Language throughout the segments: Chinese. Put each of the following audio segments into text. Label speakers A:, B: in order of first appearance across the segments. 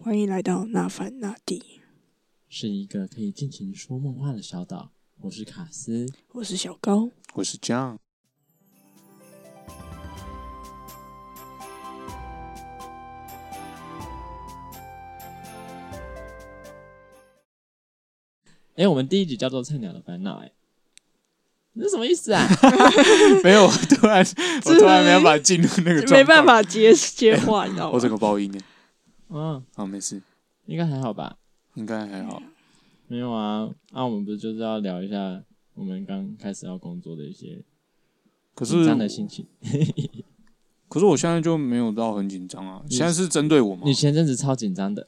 A: 欢迎来到那凡那地，
B: 是一个可以尽情说梦话的小岛。我是卡斯，
A: 我是小高。
C: 我是 John。
B: 哎、我们第一集叫做《菜鸟的烦恼》，哎，你是什么意思啊？
C: 没有，我突然我突然没办法进入那个状态
A: 没办，法接接话，你知道吗？
C: 我整个爆音耶。
B: 嗯，
C: 啊，没事，
B: 应该还好吧？
C: 应该还好。
B: 没有啊，啊，我们不是就是要聊一下我们刚开始要工作的一些
C: 可是
B: 紧张的心情？
C: 可是我现在就没有到很紧张啊，现在是针对我吗
B: 你？前阵子超紧张的，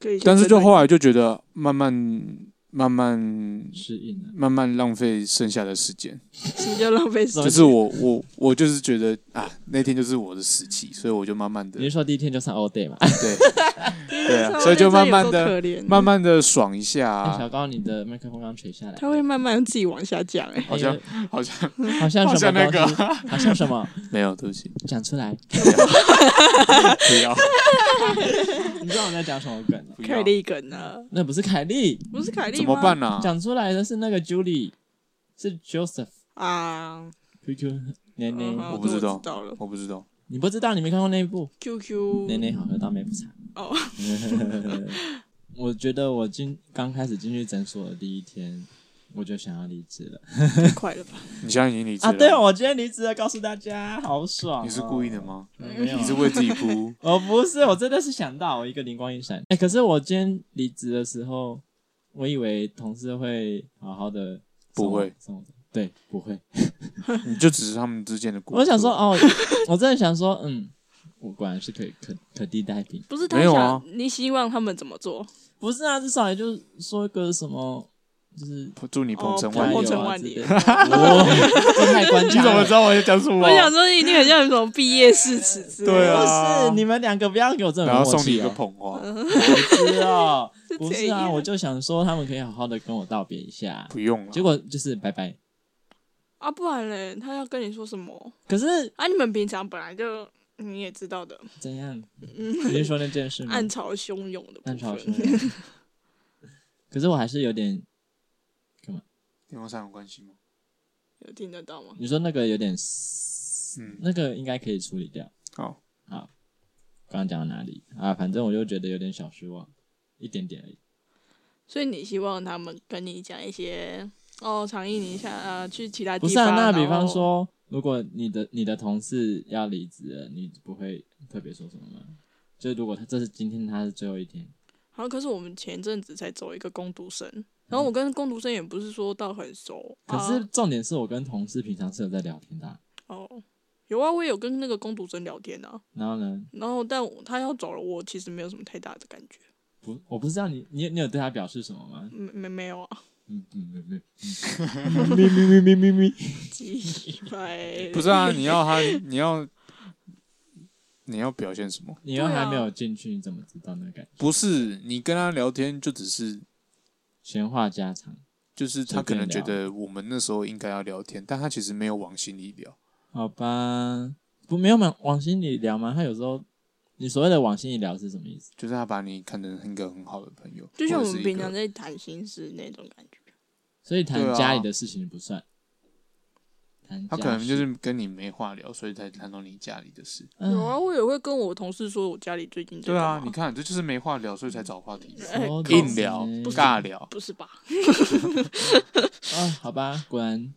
A: 可以先
C: 但是就
A: 针对
C: 后来就觉得慢慢慢慢
B: 适应了。
C: 慢慢浪费剩下的时间，
A: 什么叫浪费时间？
C: 就是我我我就是觉得啊，那天就是我的时期，所以我就慢慢的
B: 你是说第一天
C: 啊
B: 就上 all day 嘛？
C: 对对啊，所以就慢慢
A: 这
C: 的
A: 样有多可怜
C: 慢，慢的爽一下
B: 哎
C: 啊
B: 小，高，你的麦克风刚垂下来，
A: 他会慢慢自己往下降。哎，
C: 好像好像
B: 哎呦好像
C: 好
B: 什
C: 像
B: 么东
C: 那个
B: 西，好像什么，
C: 没有，对不 起，
B: 讲出来。
C: 不要
B: 你知道我在讲什么梗吗？
C: 不
A: 凯
C: 要，
A: 莉梗呢？
B: 那不是凯莉，
A: 啊不是凯莉
C: 怎
A: 吗
C: 么办啊呢？
B: 讲出来的是那个 Julie，是 Joseph
A: 啊？
B: QQ 奶
A: 嗯
B: 奶
A: 好，
C: 我不知道
A: 这我知道了
C: 我不知道，
B: 你不知道，你没看过那一部奶
A: ，QQ
B: 奶好喝到妹夫茶。
A: 哦，
B: 我觉得我进刚开始进去诊所的第一天，我就想要离职了
A: 太快了吧？
C: 你现在已经离职
B: 啊！
C: 了。
B: 对，
A: 哦
B: 我今天离职了，告诉大家，好爽哦、
C: 你是故意的吗？
B: 没有啊？
C: 你是为自己哭？
B: 我不是，我真的是想到我一个灵光一闪。哎、可是我今天离职的时候，我以为同事会好好的，
C: 不会
B: 送我，送我对，不会。
C: 你就只是他们之间的故事。
B: 我想说，哦， 我真的想说，嗯，我果然是可以可可替代品。
A: 不是他
C: 没有啊
A: 想，你希望他们怎么做？
B: 不是啊，至少也就是说一个什么，就是
C: 祝你鹏程
A: 哦
C: 万
A: 鹏
C: 里
B: 加
A: 鹏程
B: 油
C: 哦。
B: 啊
A: 万
B: 之
A: 里
B: 类的。 哦这太关
C: 你
B: 键
C: 怎么
B: 了。
C: 知道我在讲什么？啊
A: 我想说，一定很像什么毕业誓词之类的。
C: 对
B: 不
C: 啊
B: 是，你们两个不要给我这种
C: 然后
B: 默
C: 送你一
B: 契
C: 个
B: 哦！
C: 啊捧花，
A: 嗯
B: 不 是哦，不
A: 这
B: 是啊，
A: 样
B: 我就想说他们可以好好的跟我道别一下，
C: 不啊用了
B: 结。果就是拜拜。
A: 啊，不然嘞，他要跟你说什么？
B: 可是
A: 啊，你们平常本来就你也知道的，
B: 怎样？你是说那件事吗？
A: 暗潮汹涌的部分
B: 嗯暗潮汹。涌。 可是我还是有点，
C: 电风扇有关系吗？
A: 有听得到吗？
B: 你说那个有点，
C: 嗯，
B: 那个应该可以处理掉。
C: 好，
B: 刚刚讲到哪里啊？反正我就觉得有点小失望，一点点而已。
A: 所以你希望他们跟你讲一些哦，长意你想呃去其他地
B: 不
A: 方。
B: 是啊，那比
A: 然后
B: 方，说，如果你的你的同事要离职了，你不会特别说什么吗？就如果他这是今天他是最后一天，
A: 好，可是我们前阵子才走一个攻读生，然后我跟攻读生也不是说到很熟，
B: 可是
A: 啊
B: 重点是我跟同事平常是有在聊天的啊、
A: 哦，有啊，我也有跟那个攻读生聊天啊，
B: 然后呢，
A: 然后但我他要走了，我其实没有什么太大的感觉，
B: 不，我不知道你你你有对他表示什么吗？
A: 没没没有啊，
B: 嗯嗯嗯嗯，嗯咪咪咪咪咪咪，
A: 鸡掰，
C: 不是啊，你要他，你要你要表现什么？
B: 你又
A: 对啊
B: 还没有进去，你怎么知道那个感觉？
C: 不是你跟他聊天，就只是
B: 闲话家常
C: 就是他可能
B: 随
C: 觉
B: 便聊
C: 得我们那时候应该要聊天，但他其实没有往心里聊。
B: 好吧，不没有往往心里聊吗？他有时候，你所谓的往心里聊是什么意思？
C: 就是他把你看成一个很好的朋友，
A: 就像我
C: 或者
A: 们
C: 是一
A: 平
C: 个
A: 常在谈心事那种感觉。
B: 所以谈
C: 对啊
B: 家里的事情不算，谈
C: 他
B: 家
C: 可能就
B: 事
C: 是跟你没话聊，所以才谈到你家里的事。
B: 嗯
A: 有啊，我也会跟我同事说我家里最近在
C: 对啊
A: 干，嘛
C: 你看，这就是没话聊，所以才找话题，
A: 哎
B: 说
A: 靠
C: 硬聊、
B: 不是
C: 尬聊。
A: 不是吧？
B: 啊，好吧，果然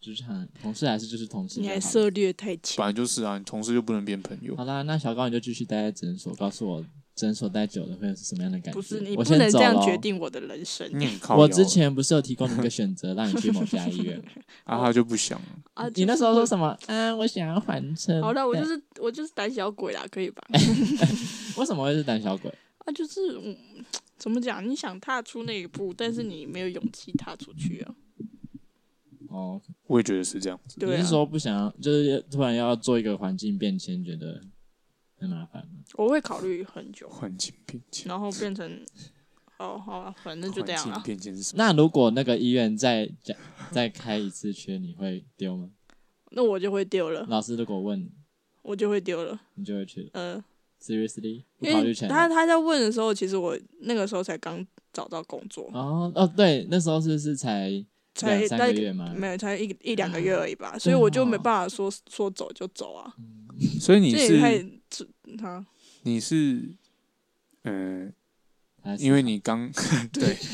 B: 职场同事还是就是同事
A: 你
B: 就好
A: 还
B: 了。
A: 涉猎太浅
C: 本。来就是啊，你同事就不能变朋友。
B: 好啦，那小高你就继续待在诊所，告诉我诊所待久了会是什么样的感觉。
A: 不是你
B: 我
A: 不
B: 先
A: 能
B: 走哦
A: 这样
B: 咯
A: 决。定我的人生
C: 你很靠腰
B: 我之前不是有提供你一个选择，让你去某家医院吗？
C: 啊，他就不想了，
A: 啊！
B: 你那
A: 就是
B: 时候嗯
A: 我
B: 说什么？嗯，我想要还车。
A: 好了，我
B: 对
A: 就是我就是胆小鬼啦，可以 吧？
B: 为什么会是胆小鬼？
A: 啊，就是嗯，怎么讲？你想踏出那一步，但是你没有勇气踏出去啊。
B: 哦，
C: 我也觉得是这样子。
A: 对
B: 你
A: 啊
B: 是，说不想要，就是突然要做一个环境变迁，觉得很麻烦吗？
A: 我会考虑很久，
C: 环境变迁，
A: 然后变成哦，好啊，反正就
C: 环
A: 这样
C: 境
A: 了。
C: 变迁是什么？
B: 那如果那个医院再加 再开一次缺，你会丢吗？
A: 那我就会丢了，
B: 老师如果问你，
A: 我就会丢了。
B: 你就会去了。
A: 嗯，
B: ？Seriously，不
A: 因
B: 考
A: 为
B: 虑钱？
A: 他他在问的时候，其实我那个时候才刚找到工作，
B: 哦哦，对，那时候是不是才
A: 才
B: 两三
A: 大
B: 个
A: 概
B: 月嘛？
A: 没有才一一两个月而已吧，所以我就没办法说说走就走啊。
C: 所以你
A: 这也太
C: 是
A: 这啊，
C: 你是，呃，
B: 还是
C: 因为你刚，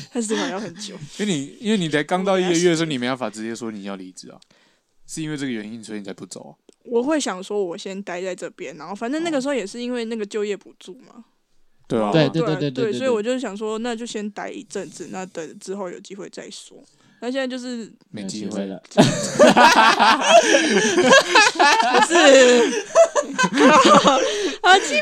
A: 他思考要很久。
C: 因为你因为你才刚到一个月的时候，你没办法直接说你要离职啊，是因为这个原因，所以你才不走啊。
A: 我会想说，我先待在这边，然后反正那个时候也是因为那个就业补助嘛，
C: 对啊，
B: 对
A: 对啊
B: 对对对
A: 所以
B: 对
A: 我就想说，那就先待一阵子，那等之后有机会再说。那现在就是
B: 没
C: 没
B: 有
C: 机
B: 机
C: 会
B: 会
C: 了。
B: 了，
A: 不是 好鸡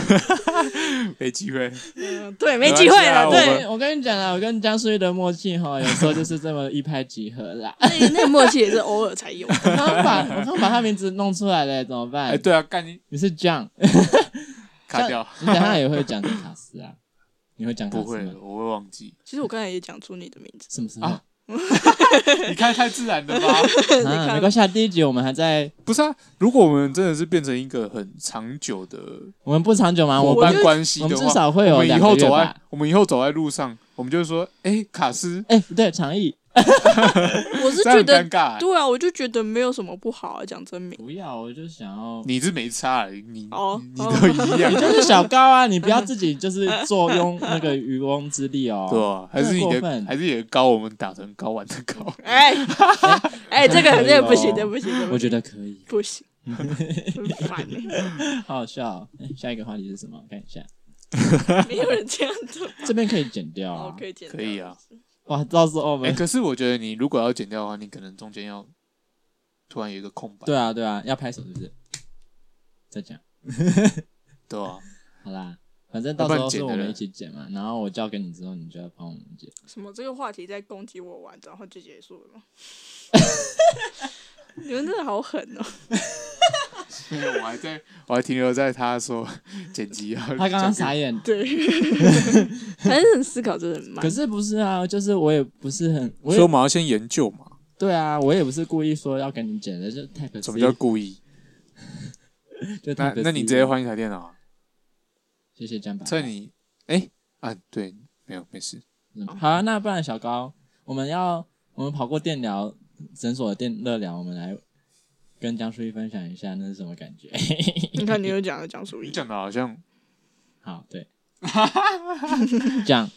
A: 巴，
C: 没机会。
A: 嗯对，没机会了，
C: 没关
A: 对，
C: 系啊
B: 对，哦我跟你讲啦，我跟江疏玉的默契 哈，有时候就是这么一拍即合 啦。
A: 那那个默契也是偶尔才有。
B: 我刚刚把我刚刚把他名字弄出来了，怎么办？
C: 哎，对啊，干你
B: 你是 John，
C: 卡掉，
B: 你等下也会讲卡斯啊？你会讲卡
C: 不
B: 斯
C: 会，
B: 吗？
C: 我会忘记。
A: 其实我刚才也讲出你的名字，
B: 什么时候？ 啊
C: 啊，你看太自然了吧？
B: 没关系啊，第一集我们还在，
C: 不是啊，如果我们真的是变成一个很长久的
B: 我们不长久嘛，
C: 伙
B: 我
A: 我
C: 伴
A: 就
C: 关系
B: 我
C: 的
B: 们至
C: 话，
B: 少会
C: 啊我
B: 有
C: 们以
B: 两个
C: 后
B: 月
C: 走啊
B: 吧
C: 在。我们以后走在路上，我们就会说，哎，卡斯，
B: 哎，不对，长毅，
A: 我是
C: 这样
A: 觉
C: 很尴
A: 得，
C: 尬欸。
A: 对啊，我就觉得没有什么不好啊，讲真名。
B: 不要，我就想要，
C: 你是没差，你你
A: 哦
C: 你都一样
B: 你，就是小高啊，你不要自己就是坐拥那个渔翁之利哦。
C: 对啊吧？还是你
B: 过
C: 的
B: 分
C: 还是你的高，我们打成高玩的高。
A: 哎哎，这个
B: 可以
A: 这个不行，
B: 哦
A: 这个不行，这个不行
B: 我觉得可以，
A: 不 行，很烦欸，
B: 好好笑哦。哎下一个话题是什么？我看一下，
A: 没有人这样做。
B: 这边可以剪掉
A: 好，
B: 啊。
A: 可以剪掉。
C: 可以啊，
B: 哇，到时候我
C: 哎，
B: 们
C: 可是我觉得你如果要剪掉的话，你可能中间要突然有一个空白，
B: 对啊对啊，要拍手是不是？再讲，
C: 对啊，
B: 好啦，反正到
C: 要不
B: 时
C: 然
B: 候是
C: 剪
B: 我
C: 的
B: 们
C: 人
B: 一起剪嘛，然后我交给你之后，你就要帮我们剪。
A: 什么？这个话题在攻击我完，然后就结束了 吗？你们真的好狠哦！
C: 因为我还在， 我还停留在他说剪辑要。
B: 他刚刚傻眼，
A: 对， 反正思考真的很慢
B: 可。是不是啊？就是我也不是很，我
C: 所以我
B: 也
C: 们要先研究嘛，
B: 对啊，我也不是故意说要跟你剪的，就太可惜
C: 什么。叫故意？
B: 就
C: 那
B: 太可惜
C: 那你直接换一台电脑啊，
B: 谢谢江爸。
C: 趁你哦哎、啊对，没有没事，
B: 嗯好、啊，那不然小高，我们要我们跑过电疗诊所的电热疗，我们来跟江淑玉分享一下那是什么感觉。
A: 你看，你又讲了讲属于
C: 你讲的好像
B: 好， 对，这样，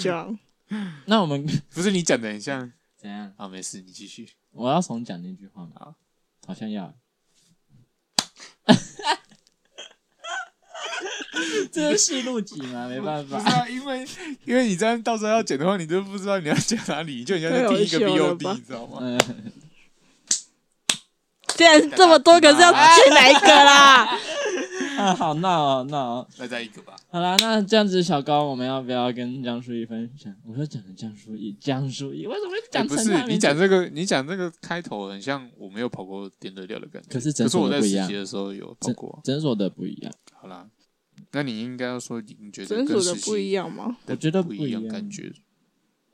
A: 这样，
B: 那我们
C: 不是你讲的很像
B: 怎样？
C: 啊，没事，你继续。
B: 我要重讲那句话吗？
C: 好
B: 好像 要。 这是戏路集嘛，没办
C: 不是
B: 法。
C: 啊，因为因为你这样到时候要剪的话，你都不知道你要剪哪里，就你要在
A: 太好
C: 第一个
A: 笑了吧
C: BOD，你知道吗？
B: 嗯，
A: 既然这么多个是要
B: 哎
A: 选哪一个啦？
B: 啊，好闹哦，闹哦。
C: 那再一个吧，
B: 好啦，那这样子，小高，我们要不要跟江疏玉分享？我说讲的江疏玉，江疏玉，为什么会讲
C: 哎不
B: 成
C: 是
B: 他
C: 你
B: 名字
C: 讲这个，你讲这个开头很像我没有跑过电热料的感觉，
B: 可是
C: 可
B: 诊
C: 是
B: 所
C: 我
B: 的
C: 在
B: 不
C: 实
B: 一样
C: 习，的时候有跑过啊。
B: 诊所的不一样，
C: 好啦，那你应该要说你觉得
A: 诊
C: 跟
A: 所的
C: 实
A: 不一
C: 习
A: 样吗？
B: 我觉得
C: 不
B: 不一
C: 样
B: 样
C: 感觉，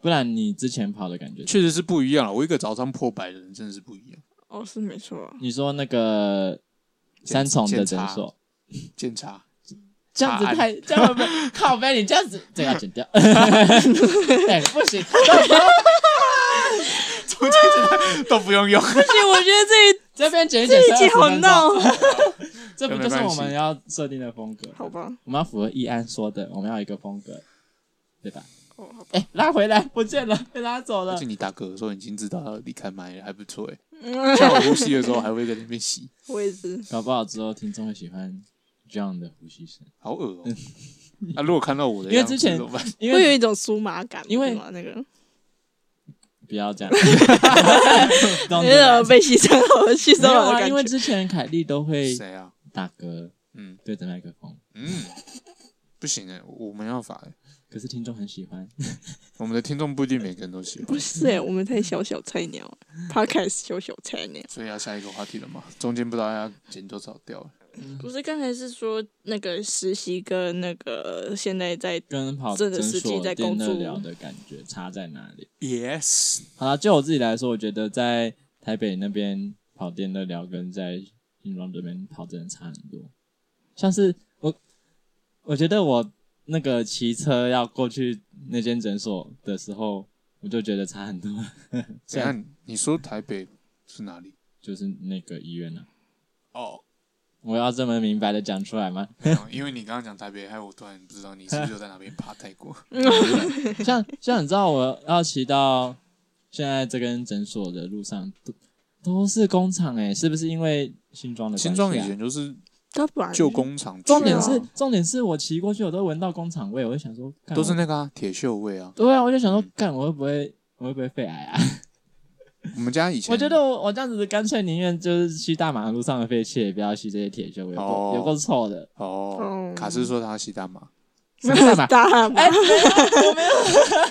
B: 不然你之前跑的感觉，
C: 确实是不一样了。我一个早上破百的人真的是不一样。
A: 哦，是没错啊。
B: 你说那个三重的诊所，
C: 检 查
B: 这样子太这样会不 会靠背？你这样子这个要剪掉，哎，不行，
C: 中间检查都不用用，
A: 而且我觉得这 一
B: 这边剪一剪，
A: 这一集
B: 12分
A: 好
B: 钟，
A: 闹，哦
B: 这不就是
C: 没关
B: 我
C: 系
B: 们要设定的风格？
A: 好吧？
B: 我们要符合易安说的，我们要有一个风格，对吧？
A: 哦，好吧。
B: 哎，拉回来，不见了，被拉走
C: 而
B: 了
C: 且。你打嗝的时候已经知道要离开麦了，还不 错哎。像
A: 嗯
C: 我呼吸的时候还会在那边吸，
A: 我也是。
B: 搞不好之后听众会喜欢这样的呼 吸声，
C: 好恶哦。啊，如果看到我
B: 嗯因
C: 的
B: 为
C: 样子
B: 之前
C: 怎么办？
B: 因
A: 会
B: 为
A: 有一种酥麻感，
B: 因为
A: 对吗那个
B: 不 要这样，
A: 有一种被 牺牲了、牺牲
B: 没有
A: 了的
B: 啊，
A: 感
B: 因为
A: 觉。
B: 之前凯莉都会
C: 谁啊？
B: 打嗝
C: 嗯
B: 对着麦克风，
C: 嗯，不行哎，我没办法哎。
B: 可是听众很喜欢。
C: 我们的听众不一定每个人都喜欢
A: 不，是哎、我们才小小菜鸟 p o d c a s 小小菜鸟。
C: 所以要下一个话题了嘛？中间不知道要剪多少掉了。
B: 嗯
A: 不是刚才是说那个实习跟那个现在在
B: 跟跑
A: 真
B: 诊
A: 的实际
B: 所
A: 在
B: 电
A: 工
B: 热
A: 作
B: 疗的感觉差在哪里？
C: Yes，
B: 好啦，就我自己来说，我觉得在台北那边跑电热疗跟在新庄这边跑真的差很多。像是我，我觉得我那个骑车要过去那间诊所的时候，我就觉得差很多，
C: 怎样？你说台北是哪里？
B: 就是那个医院啊。
C: 哦，
B: 我要这么明白的讲出来吗？
C: 没有哦因为你刚刚讲台北，害我突然不知道你是不是有在哪边爬泰国。
B: 像像你知道，我要骑到现在这间诊所的路上都都是工厂哎、是不是因为新庄的关系啊、
C: 新庄以前就是
A: 要不然
C: 旧工厂区啊，
B: 重点是
A: 是
B: 重点是我骑过去，我都闻到工厂味，我就想说，干
C: 都是
B: 我
C: 那个啊铁锈味啊。
B: 对啊，我就想说，干我会不会我会不会肺癌啊？
C: 我们家以前
B: 我觉得我我这样子干脆宁愿就是吸大马路上的废气，也不要吸这些铁锈，有够、
C: 哦
B: 有够臭的。
C: 哦
A: 哦，
C: 卡斯说他吸大麻，
B: 什么大马？
A: 大
B: 哎、
A: 吗？
B: 没有，我没 有，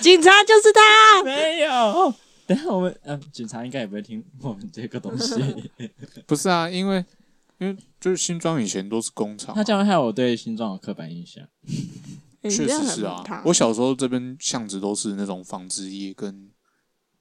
A: 警察就是
C: 啊
A: 他，
B: 没有。等一下我们嗯、警察应该也不会听我们这个东 西。
C: 不是啊，因为因为就是新庄以前都是工厂啊
B: 他，这样害我对新庄有刻板印象。
A: 哎你
C: 确
A: 这样
C: 实
A: 很
C: 是啊
A: 怕。
C: 我小时候这边巷子都是那种纺织业跟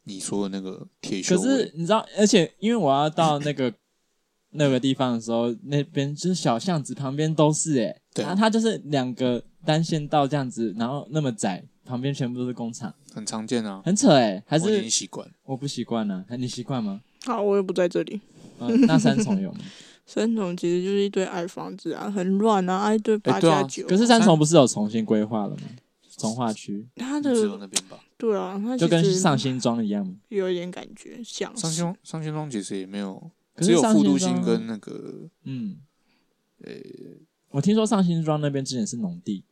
C: 你说的那个铁
B: 可
C: 锈
B: 是
C: 味，
B: 你知道，而且因为我要到那个 那个地方的时候，那边就是小巷子旁边都是哎、欸，
C: 对
B: 然后它就是两个单线道这样子，然后那么窄，旁边全部都是工厂，
C: 很常见啊，
B: 很扯哎、欸，还
C: 我已经
B: 是
C: 习惯了。
B: 我不习惯呢、你习惯吗？
A: 好，我又不在这里。
B: 嗯、 那三重有吗？
A: 三重其实就是一堆矮房子啊，很乱啊，啊一堆八
C: 对
A: 加
C: 啊
A: 九。
B: 哎可是三重不是有重新规划了吗？从化区
A: 它
C: 只有
A: 的
C: 那边吧，
A: 对啊，它
B: 就跟
A: 其实
B: 上新庄一样吗？
A: 有一点感觉像
C: 上新庄上新庄其实也没有，
B: 哦可是
C: 只有
B: 上
C: 复
B: 新
C: 都
B: 庄
C: 新跟那个
B: 嗯，
C: 呃
B: 我听说上新庄那边之前是农地，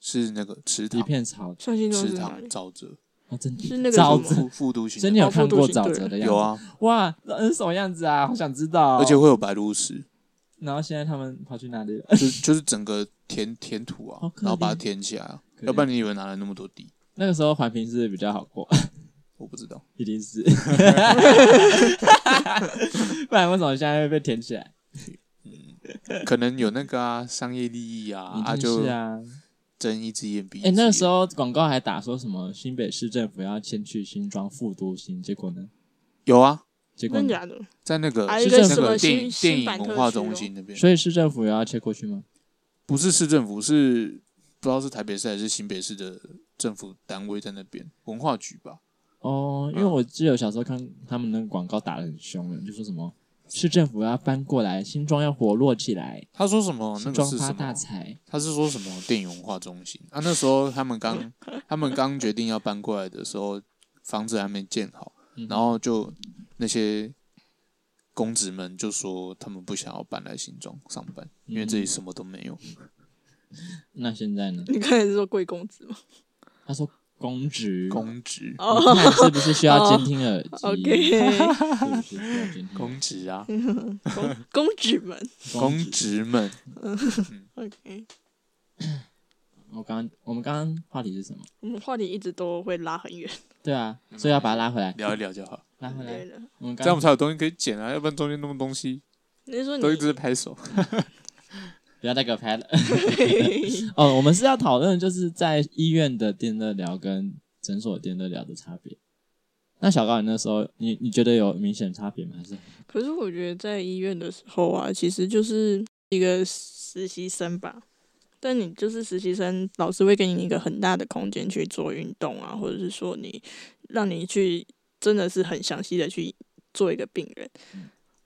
C: 是那个池
B: 一
C: 塘
B: 片草
A: 上新庄
C: 池
A: 是哪
C: 塘
A: 里？
C: 沼泽
B: 啊，真
A: 是那个
B: 沼
A: 什么
B: 泽，
C: 复复都新
B: 所以你有
A: 哦
B: 看
A: 复都
B: 过
A: 新
B: 沼
A: 对
B: 泽的样子
C: 有啊，
B: 哇，那是什么样子啊？好想知道哦、
C: 而且会有白鹭鸶，
B: 然后现在他们跑去哪里了？
C: 就就是整个填填土啊
B: 好，可
C: 然后把它
B: 怜
C: 填起来啊，
B: 可怜
C: 要不然你以为哪来那么多地？
B: 那个时候环评是比较好过，
C: 我不知道，
B: 一定 是，不然为什么现在会被填起来？
C: 可能有那个啊商业利益 啊，
B: 一定
C: 就是
B: 啊。
C: 睁一只眼闭
B: 哎、
C: 一只眼。
B: 那个时候广告还打说什么新北市政府要迁去新庄副都心，结果呢？
C: 有啊，
B: 结果
A: 真
B: 呢？
A: 假的？
C: 在那个
A: 还
B: 有一个
C: 那
B: 什
C: 个
A: 么
C: 电
A: 新
C: 影电
A: 新
C: 影
A: 版
C: 文
A: 特
C: 化
A: 区
C: 中
A: 哦
C: 心那边，
B: 所以市政府也要迁过去吗？
C: 不是市政府，是不知道是台北市还是新北市的政府单位在那边，文化局吧。嗯
B: 哦，因为我记得我小时候看他们那个广告打的很凶的，就说什么市政府要搬过来，新庄要活络起来，
C: 他说什么？哦那
B: 新
C: 个
B: 庄
C: 是
B: 发
C: 什
B: 大
C: 么？
B: 财。
C: 他是说什么电影文化中心啊？那时候他们刚他们刚决定要搬过来的时候，房子还没建好，
B: 嗯
C: 然后就那些公职们就说他们不想要搬来新庄上班，因为这
B: 嗯
C: 里什么都没有。
B: 那现在呢？
A: 你刚才是说贵公子吗？
B: 他说公职，
C: 公职，
A: 哦
B: 你看是不是需要监听耳机
A: ，OK，
B: 是不是需要监听耳
C: 公职啊，
A: 嗯公公子们
B: 机
C: 公
B: 职
C: 职们
A: ，OK。
B: 我刚刚我们刚刚话题是什么？
A: 我们话题一直都会拉很远，
B: 对啊，所以要把它拉回来，
C: 聊一聊就好，
B: 拉回
A: 对
B: 来。
A: 的。
B: 我们
C: 这
B: 刚刚
C: 样我们才有东西可以剪啊，要不然中间那么东西
A: 你是说你
C: 都 一直在拍手。
B: 不要再给我拍了。哦，我们是要讨论就是在医院的电热疗跟诊所的电热疗的差别。那小高，你那时候你你觉得有明显差别吗？还是
A: 可是我觉得在医院的时候啊，其实就是一个实习生吧。但你就是实习生，老师会给你一个很大的空间去做运动啊，或者是说你让你去真的是很详细的去做一个病人。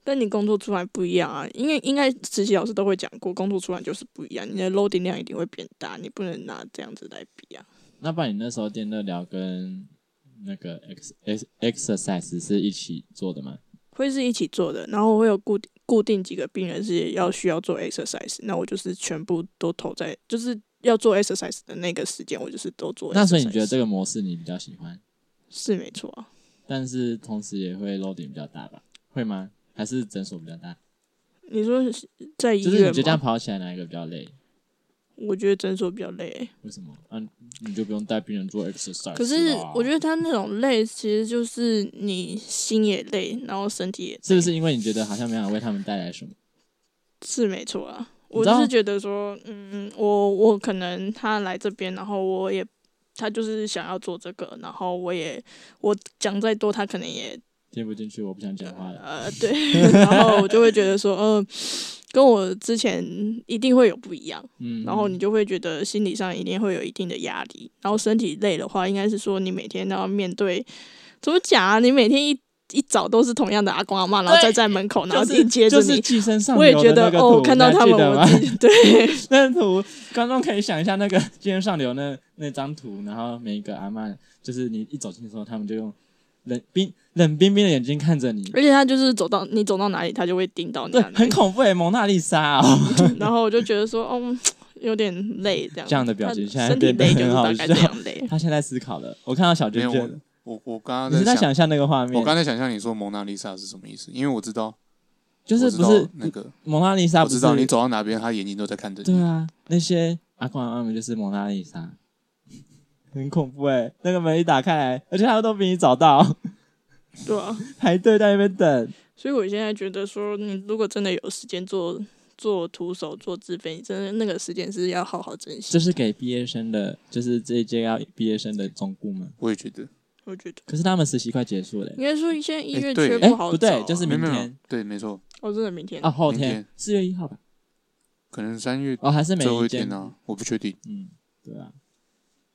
A: 但你工作出来不一样啊，因为应该实习老师都会讲过，工作出来就是不一样，你的 loading 量一定会变大，你不能拿这样子来比啊。
B: 那不然你那时候电热疗跟那个 ex ex exercise 是一起做的吗？
A: 会是一起做的，然后我会有固定固定几个病人是要需要做 exercise，那我就是全部都投在，就是要做 exercise 的那个时间，我就是都做 exercise。
B: 那所以你觉得这个模式你比较喜欢？
A: 是没错啊？
B: 但是同时也会 loading 比较大吧？会吗？还是诊所比较大？
A: 你说是在医
B: 就是你觉
A: 院
B: 得这样
A: 吗？
B: 跑起来哪一个比较累？
A: 我觉得诊所比较累欸、
B: 为什么？嗯、你就不用带病人做 exercise 啊。
A: 可是我觉得他那种累，其实就是你心也累，然后身体也累
B: 是不是因为你觉得好像没有为他们带来什么？
A: 是没错啊，
B: 你
A: 我
B: 知道
A: 就是觉得说，嗯，我我可能他来这边，然后我也他就是想要做这个，然后我也我讲再多，他可能也啊
B: 听不进去，我不想讲话了。
A: 呃对，然后我就会觉得说，嗯、跟我之前一定会有不一样，
B: 嗯，
A: 然后你就会觉得心理上一定会有一定的压力，然后身体累的话，应该是说你每天都要面对，怎么讲啊？你每天一一早都是同样的阿公阿妈，然后站在门 口，然后
B: 就是
A: 一接着
B: 就
A: 你，
B: 是寄生上
A: 我也
B: 流
A: 觉
B: 的
A: 得
B: 那个
A: 哦，
B: 图，
A: 看到
B: 你还
A: 他
B: 记
A: 们
B: 得
A: 我
B: 吗
A: 自己 对，
B: 那图，观众可以想一下那个《寄生上流那》那张图，然后每一个阿嬷，就是你一走进去的时候，他们就用冷冰冷冰冰的眼睛看着你，
A: 而且他就是走到你走到哪里，他就会盯到你
B: 对
A: 啊，，
B: 很恐怖诶、欸蒙娜丽莎哦，
A: 然后我就觉得说，哦，有点累这样，
B: 这样的表情
A: 他
B: 现在
A: 身体
B: 变
A: 累
B: 得
A: 就是
B: 很好
A: 大概
B: 笑
A: 这样累，
B: 他现在思考了，我看到小
C: 没
B: 娟
C: 有
B: 娟，
C: 我我我刚
B: 你
C: 刚
B: 是在
C: 想
B: 想，象那个画面
C: 我，刚才想象你说蒙娜丽莎是什么意思，因为我知道，
B: 就是
C: 我知
B: 不
C: 道
B: 是
C: 那个，
B: 蒙娜丽莎
C: 我
B: 不
C: 知
B: 是
C: 道你走到哪边，他眼睛都在看着
B: 对
C: 你。
B: 啊，那些阿公阿嬷们就是蒙娜丽莎， 很恐怖诶、那个门一打开来，而且他们都比你早到，
A: 对啊。
B: 排队在那边等，
A: 所以我现在觉得说，你如果真的有时间做做徒手做自费，你真的那个时间是要好好珍惜。
B: 这是给毕业生的，就是这一届要毕业生的忠告吗？
C: 我也觉得，
A: 我觉得
B: 可是他们实习快结束了、欸
A: 应该说现在医
C: 哎
A: 院
C: 对
A: 缺
B: 哎
A: 不好
B: 不
A: 找啊、
B: 对就是
C: 没有没有
B: 明
C: 没
B: 天
C: 有，对，没错，
A: 哦，真的明天
B: 啊，后
C: 明
B: 天
C: 天
B: 四月一号吧，
C: 可能三月
B: 哦，还是没
C: 最后
B: 一
C: 一天
B: 间
C: 呢，我不确定。
B: 嗯，对啊，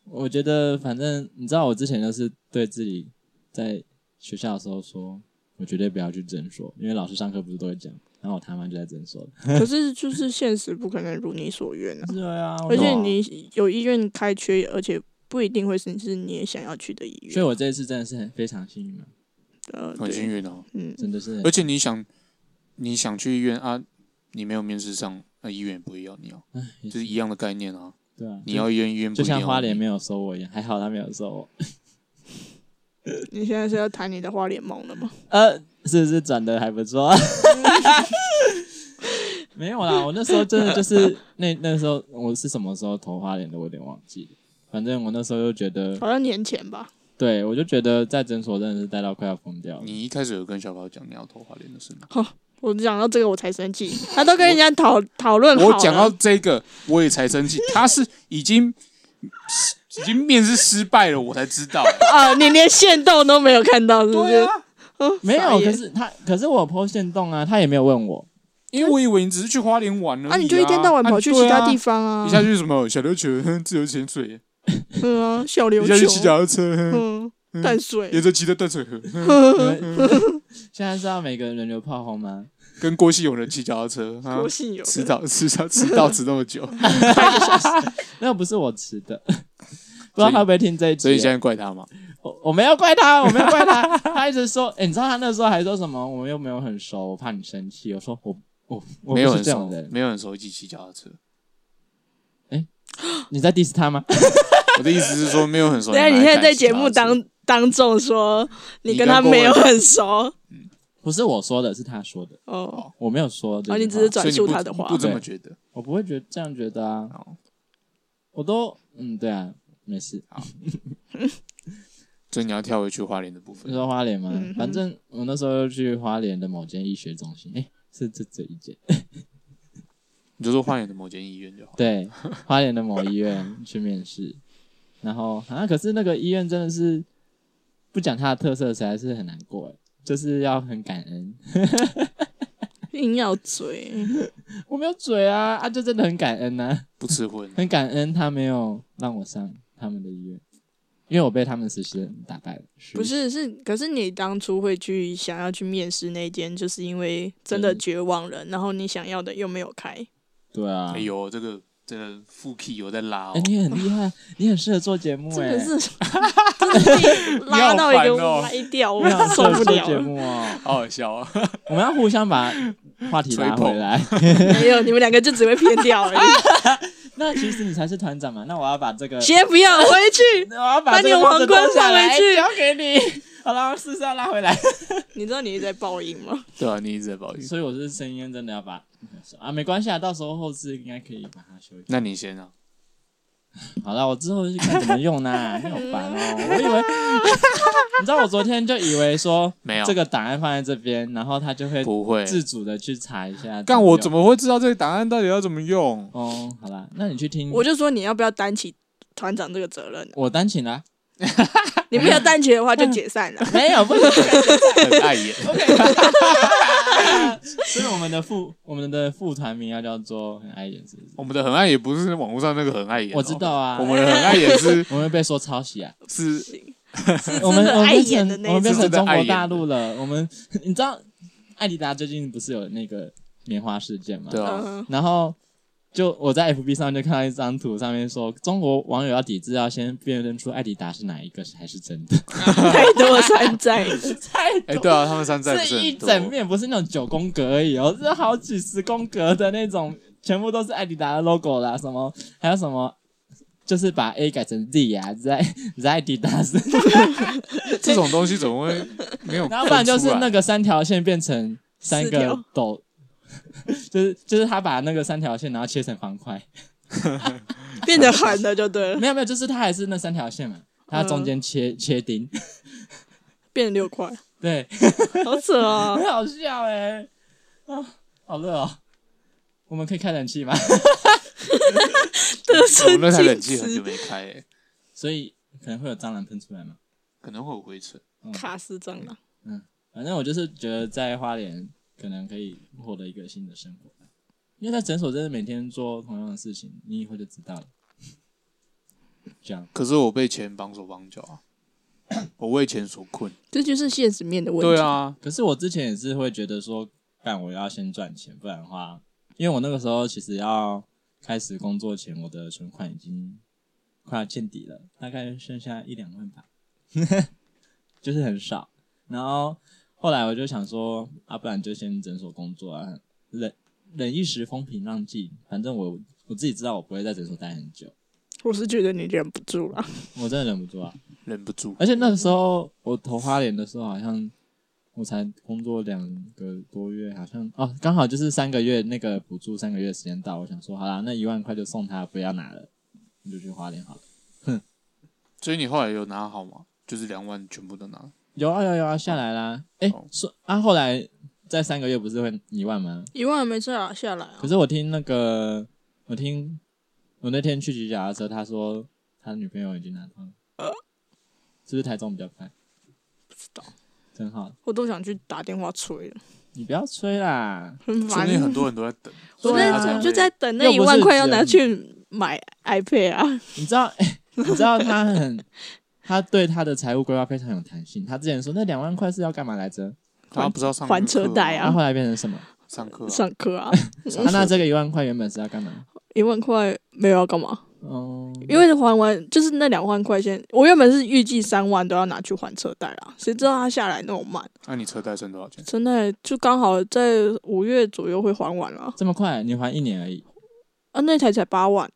B: 我觉得反正你知道，我之前就是对自己在学校的时候说，我绝对不要去诊所，因为老师上课不是都会讲，然后我他妈就在诊所了。
A: 可是就是现实不可能如你所愿啊，
B: 对啊，
A: 而且
C: 懂
A: 你有医院开缺，而且不一定会是是你也想要去的医
B: 所以
A: 院。
B: 我这一次真的是很非常幸运嘛，
A: 呃，
C: 很幸
A: 对，
C: 运哦。
A: 嗯，
B: 真的是
C: 而且你想，你想去医院啊，你没有面试上，那医院也不会要你哦，
B: 唉也
C: 就是一样的概念啊。
B: 对啊，
C: 你要医院，医院不
B: 就
C: 一定
B: 像花
C: 要
B: 莲
C: 你。
B: 没有收我一样，还好他没有收我。
A: 你现在是要谈你的花脸梦了吗？
B: 呃，是不是转的还不错？ 没有啦，我那时候真的就是那那时候我是什么时候投花莲的，我有点忘记了。反正我那时候就觉得，
A: 好像年前吧，
B: 对我就觉得在诊所真的是待到快要疯掉了。
C: 你一开始有跟小宝讲你要投花莲的事吗？
A: 我讲到这个我才生气，他都跟人家讨讨论好啊
C: 我讲到
A: 了，
C: 这个，我也才生气。他是已经已经面试失败了，我才知 道。
A: 啊，你连线动都没有看到，是不
C: 对
A: 是？
C: 啊，
A: 哦
B: 没
A: 傻
B: 有，
A: 眼
B: 可是他，可是我剖线洞啊，他也没有问 我。
C: 因为我以为你只是去花莲玩而已
A: 啊，你就一天到晚跑去其他地、方
C: 啊
A: 啊
C: 对啊一，下去什么小琉球哼自由潜水，
A: 嗯啊，小琉
C: 一下去骑
A: 球，
C: 脚踏车，哼
A: 嗯，淡水
C: 沿，着骑着淡水河，哼
B: 你们现在是要每个人轮流炮轰吗？
C: 跟郭熙勇人骑脚踏车，啊
A: 郭信友，
C: 迟到迟到迟到迟那么久，
B: 那不是我吃的， 不知道他会不会听这一集。
C: 所以现在怪他嘛？
B: 我我们要怪他，我们要怪他。他一直说，哎、你知道他那时候还说什么？我们又没有很熟，我怕你生气。我说我我我
C: 没有
B: 不
C: 很
B: 是这
C: 熟
B: 种人，。
C: 没有很熟一起骑脚踏车。
B: 你在 diss 他吗？
C: 我的意思是说，没有 很熟。
A: 等一啊下你
C: 哪
A: 现
C: 里
A: 在
C: 敢
A: 在
C: 骑
A: 节
C: 脚踏
A: 目
C: 车
A: 当当众说你
C: 你
A: 跟
C: 跟
A: 他
C: 郭
A: 没有
C: 文
A: 很熟，
B: 不是我说的，是他说的。
A: 哦，
B: 我没有说这句话，
A: 哦，你只是
C: 所以
A: 转
C: 你
A: 述
C: 不
A: 他的话
C: 不，这么觉得。
B: 我不会觉得这样觉得啊。
C: 好，
B: 我都嗯，对啊，没事。
C: 所以你要跳回去花莲的部
B: 你
C: 分。
B: 说花莲吗？
A: 嗯哼
B: 反正我那时候又去花莲的某间医学中心，哎、是这这一间，
C: 你就说花莲的某间医院就好。
B: 对，花莲的某医院去面试，然后啊，可是那个医院真的是不讲它的特色，实在是很难过哎，就是要很感恩。
A: 硬要嘴，
B: 我没有嘴啊，啊，就真的很感恩呐、
C: 不吃荤，
B: 很感恩他没有让我上他们的医院，因为我被他们实习人打败了。
A: 不是是，可是你当初会去想要去面试那间，就是因为真的
B: 对
A: 绝望了，然后你想要的又没有开，
B: 对啊，
C: 哎呦，这个真的腹肌有在拉
B: 哎、
C: 哦。
B: 你很厉害，你很适合做节目
A: 真
B: 哎、
A: 的 是真的是
C: 你
A: 拉
C: 好
A: 到一个
C: 烦哦
A: 歪掉，我
B: 你很适
A: 受
B: 合
A: 不
B: 做
A: 了
B: 节
A: 了。
B: 目哦，
C: 好好 笑啊！
B: 我们要互相把话题拉回来。
A: 没有，你们两个就只会偏掉而 已。
B: 那其实你才是团长嘛，那我要把这个，
A: 先不要回去，
B: 我要
A: 把
B: 把这
A: 你
B: 个
A: 的
B: 帽子
A: 皇冠
B: 脱下
A: 放回
B: 来
A: 去
B: 交给你。 好了，试试要拉回来。
A: 你知道你一直在报应吗？
C: 对啊，你一直在抱怨。
B: 所以我是声音真的要把 啊，没关系啊，到时候后置应该可以把它修一下。
C: 那你先啊，
B: 好了，我之后去看怎么用啦。 你好烦哦、我以为， 你知道我昨天就以为说
C: 没有
B: 这个档案放在这边，然后它就会
C: 不会。
B: 自主的去查一下。
C: 干我怎
B: 么
C: 么会知道这个档案到底要怎么用？
A: 嗯
B: 用？哦，好啦，那你去听
A: 我就说你要不要担起团长这个责任呢、啊
B: 我单请啦、
A: 你没有蛋群的话就解 散了。
B: 没有，不能。
C: 很碍眼。
B: 所以我们的副我们的副团名要啊叫做很碍眼，是不是？
C: 我们的很碍眼不是网络上那个很碍眼哦、
B: 我知道啊，
C: 我们的很碍眼是
B: 我们被说抄袭啊，
C: 是
A: 是
B: 我
A: 真
B: 们
A: 的
B: 我们
A: 碍
B: 变
A: 眼的
B: 成
A: 那
B: 我们变
A: 种，
B: 成中国大陆了。我们你知道艾迪达最近不是有那个棉花事件吗？
C: 对啊，
A: 嗯，
B: 然后就我在 FB 上就看到一张图，上面说中国网友要抵制，要先辨认出艾迪达是哪一个才是真的。
A: 太多山寨了，
B: 太
C: 哎、对啊，他们山寨不
B: 是一
C: 很
B: 整
C: 多，
B: 面，不是那种九宫格而已哦，是好几十宫格的那种，全部都是艾迪达的 logo 啦，什么还有什么。就是把 A 改成 Z 啊，在在艾迪达 斯，
C: 这种东西怎 么会没有？
B: 然后不然就是那个三条线变成三
A: 四
B: 个
A: 条
B: 斗， 就是就是他把那个三条线然后切成方块，
A: 变得狠了就对了，
B: 没有没有，就是他还是那三条线嘛，他中间切、切钉，
A: 变六 块，
B: 对，
A: 好扯哦
B: 很。 好笑哎、啊，好热哦，我们可以开冷气吗？
A: 这
C: 我
A: 是
C: 们那台冷气
A: 禁
C: 很
A: 止
C: 久没开、哎，
B: 所以可能会有蟑螂喷出来嘛。
C: 可能会有灰尘。
B: 嗯、
A: 卡斯蟑螂，
B: 反正我就是觉得在花莲可能可以获得一个新的生活，因为在诊所真的每天做同样的事情，你以后就知道了。这样
C: 可是我被钱绑手绑脚 啊，我为钱所困。
A: 这就是现实面的问题。
C: 对，啊，
B: 可是我之前也是会觉得说，干我要先赚钱，不然的话，因为我那个时候其实要开始工作前，我的存款已经快要见底了，大概剩下一两万吧， 就是很少。然后后来我就想说，啊，不然就先诊所工作啊，忍忍一时风平浪静，反正我我自己知道我不会在诊所待很久，
A: 我是觉得你忍不住了，
B: 我真的忍不住啊。
C: 忍不住。
B: 而且那个时候我投花莲的时候，好像我才工作两个多月，好像哦，刚好就是三个月那个补助三个月时间到，我想说好啦，那一万块就送他，不要拿了，你就去花莲好了。
C: 所以你后来有拿好吗？就是两万全部都拿。
B: 有啊有啊有啊，下来啦。哎、
C: 哦
B: 说啊，后来在三个月不是会一万吗？
A: 一万没事啊，下来啊
B: 可。是我听那个，我听我那天去骑脚踏车，他说他女朋友已经拿到了，是不是台中比较快？不知
A: 道，
B: 真好，
A: 我都想去打电话催了，
B: 你不要吹啦。
A: 很
C: 说
A: 烦
C: 不。定很多人都在等。
A: 我
B: 对啊
A: 在我就在等那
B: 又
A: 一
B: 不是
A: 万块要拿
B: 人
A: 去买 iPad 啊，
B: 你知道， 你知道他很，他对他的财务规划非常有弹性。他之前说那两万块是要干嘛来着？
C: 他不知道上
A: 还车贷
B: 然后
A: 啊
B: 后来变 成什么？
C: 上课、啊、
A: 上课 啊。
B: 他、那这个一万块原本是要干嘛？
A: 一万块没有要干嘛？
B: 哦，
A: 因为还完就是那两万块钱，我原本是预计三万都要拿去还车贷啦，谁知道它下来那么慢，
C: 那、你车贷剩多少钱？
A: 真的就刚好在五月左右会还完了
B: 这么快，你还一年而已。
A: 啊，那台才八万，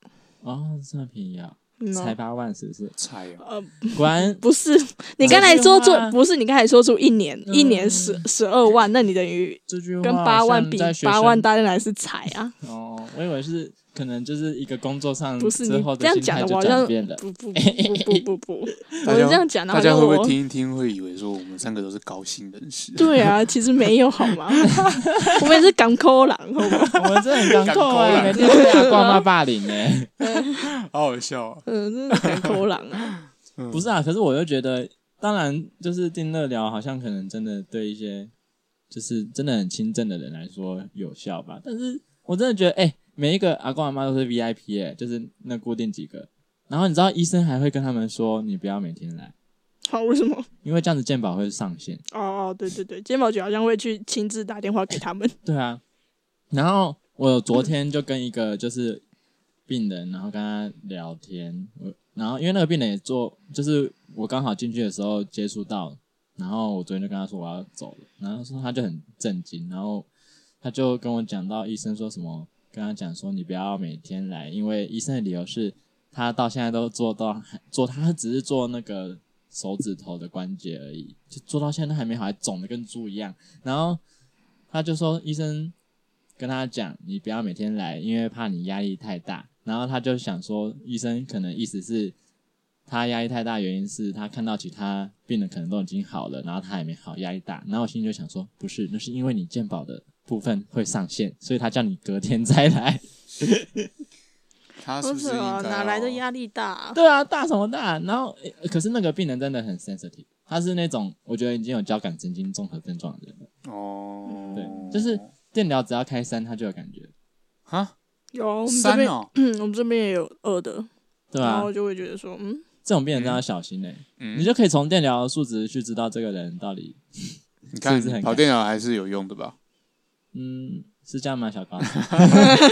B: 哦，这么便宜啊，
A: 嗯、
B: 才
A: 啊，
B: 八万是不是？
C: 菜啊，
A: 呃，
B: 果然
A: 不 是，你刚才说出
B: 这句话
A: 不是，你刚才说出一年、
B: 啊嗯
A: 一年十十二万，那你等于
B: 这句话
A: 跟八
B: 好
A: 万
B: 像
A: 比
B: 在，学
A: 八
B: 生
A: 万当然是才啊，
B: 哦，我以为是可能就是一个工作上
A: 不是
B: 之
A: 你
B: 后的
A: 这样
B: 心态
A: 讲的
B: 就
A: 我好
B: 转
A: 像
B: 变 了。
A: 不不不不不不， 呃我
C: 大
A: 这
C: 家
A: 样讲的啊
C: 大
A: 好
C: 家
A: 像
C: 会不
A: 我
C: 会听一听会以为说我们三个都是高薪人士？
A: 对啊，其实没有好吗？ 我们也是港口狼，好吗？
B: 我们真的很
C: 敢
B: 感
C: 抠
B: 动哎，
A: 啊
C: 懒
B: 每天都被阿光妈霸凌哎。
C: 好好笑啊！
A: 嗯，真的是港口狼啊。
B: 不是啊，可是我就觉得，当然就是定乐疗，好像可能真的对一些就是真的很轻症的人来说有效吧。但是我真的觉得，哎、每一个阿公阿妈都是 VIP 哎、就是那固定几个。然后你知道医生还会跟他们说，你不要每天来，
A: 好，为什么？
B: 因为这样子健保会上限。
A: 哦哦，对对对，肩膀姐好像会去亲自打电话给他 们。
B: 对啊，然后我昨天就跟一个就是病人，然后跟他聊天，我然后因为那个病人也做，就是我刚好进去的时候接触到，然后我昨天就跟他说我要走了，然后说他就很震惊，然后他就跟我讲到医生说什么，跟他讲说你不要每天来，因为医生的理由是他到现在都做到做他只是做那个手指头的关节而已，就做到现在都还没好，还肿的跟猪一样，然后。他就说医生跟他讲，你不要每天来，因为怕你压力太大。然后他就想说，医生可能意思是他压力太大，原因是他看到其他病人可能都已经好了，然后他还没好，压力大。然后我心里就想说，不是，那是因为你健保的部分会上线，所以他叫你隔天再来。
C: 他是
A: 为
C: 不是
A: 什
C: 应
A: 么哦
C: 该哦
A: 哪
C: 要
A: 来的压力大、啊？
B: 对啊，大什么大？然后呃可是那个病人真的很 sensitive，他是那种我觉得已经有交感神经综合症状的人了。
C: 哦？
B: 对就是电疗只要开三，他就有感觉，
C: 啊，啊
A: 有我们这
C: 三
A: 边，
C: 哦，
A: 嗯，我们这边也有二的，
B: 对
A: 然
B: 吧、
A: 后就会觉得说，嗯，
B: 这种病人真的要小心嘞、欸
C: 嗯
B: 你就可以从电疗的数值去知道这个人到底，
C: 你看
B: 是不是很
C: 跑
B: 感
C: 电脑还是有用的吧？
B: 嗯，是这样吗？小高？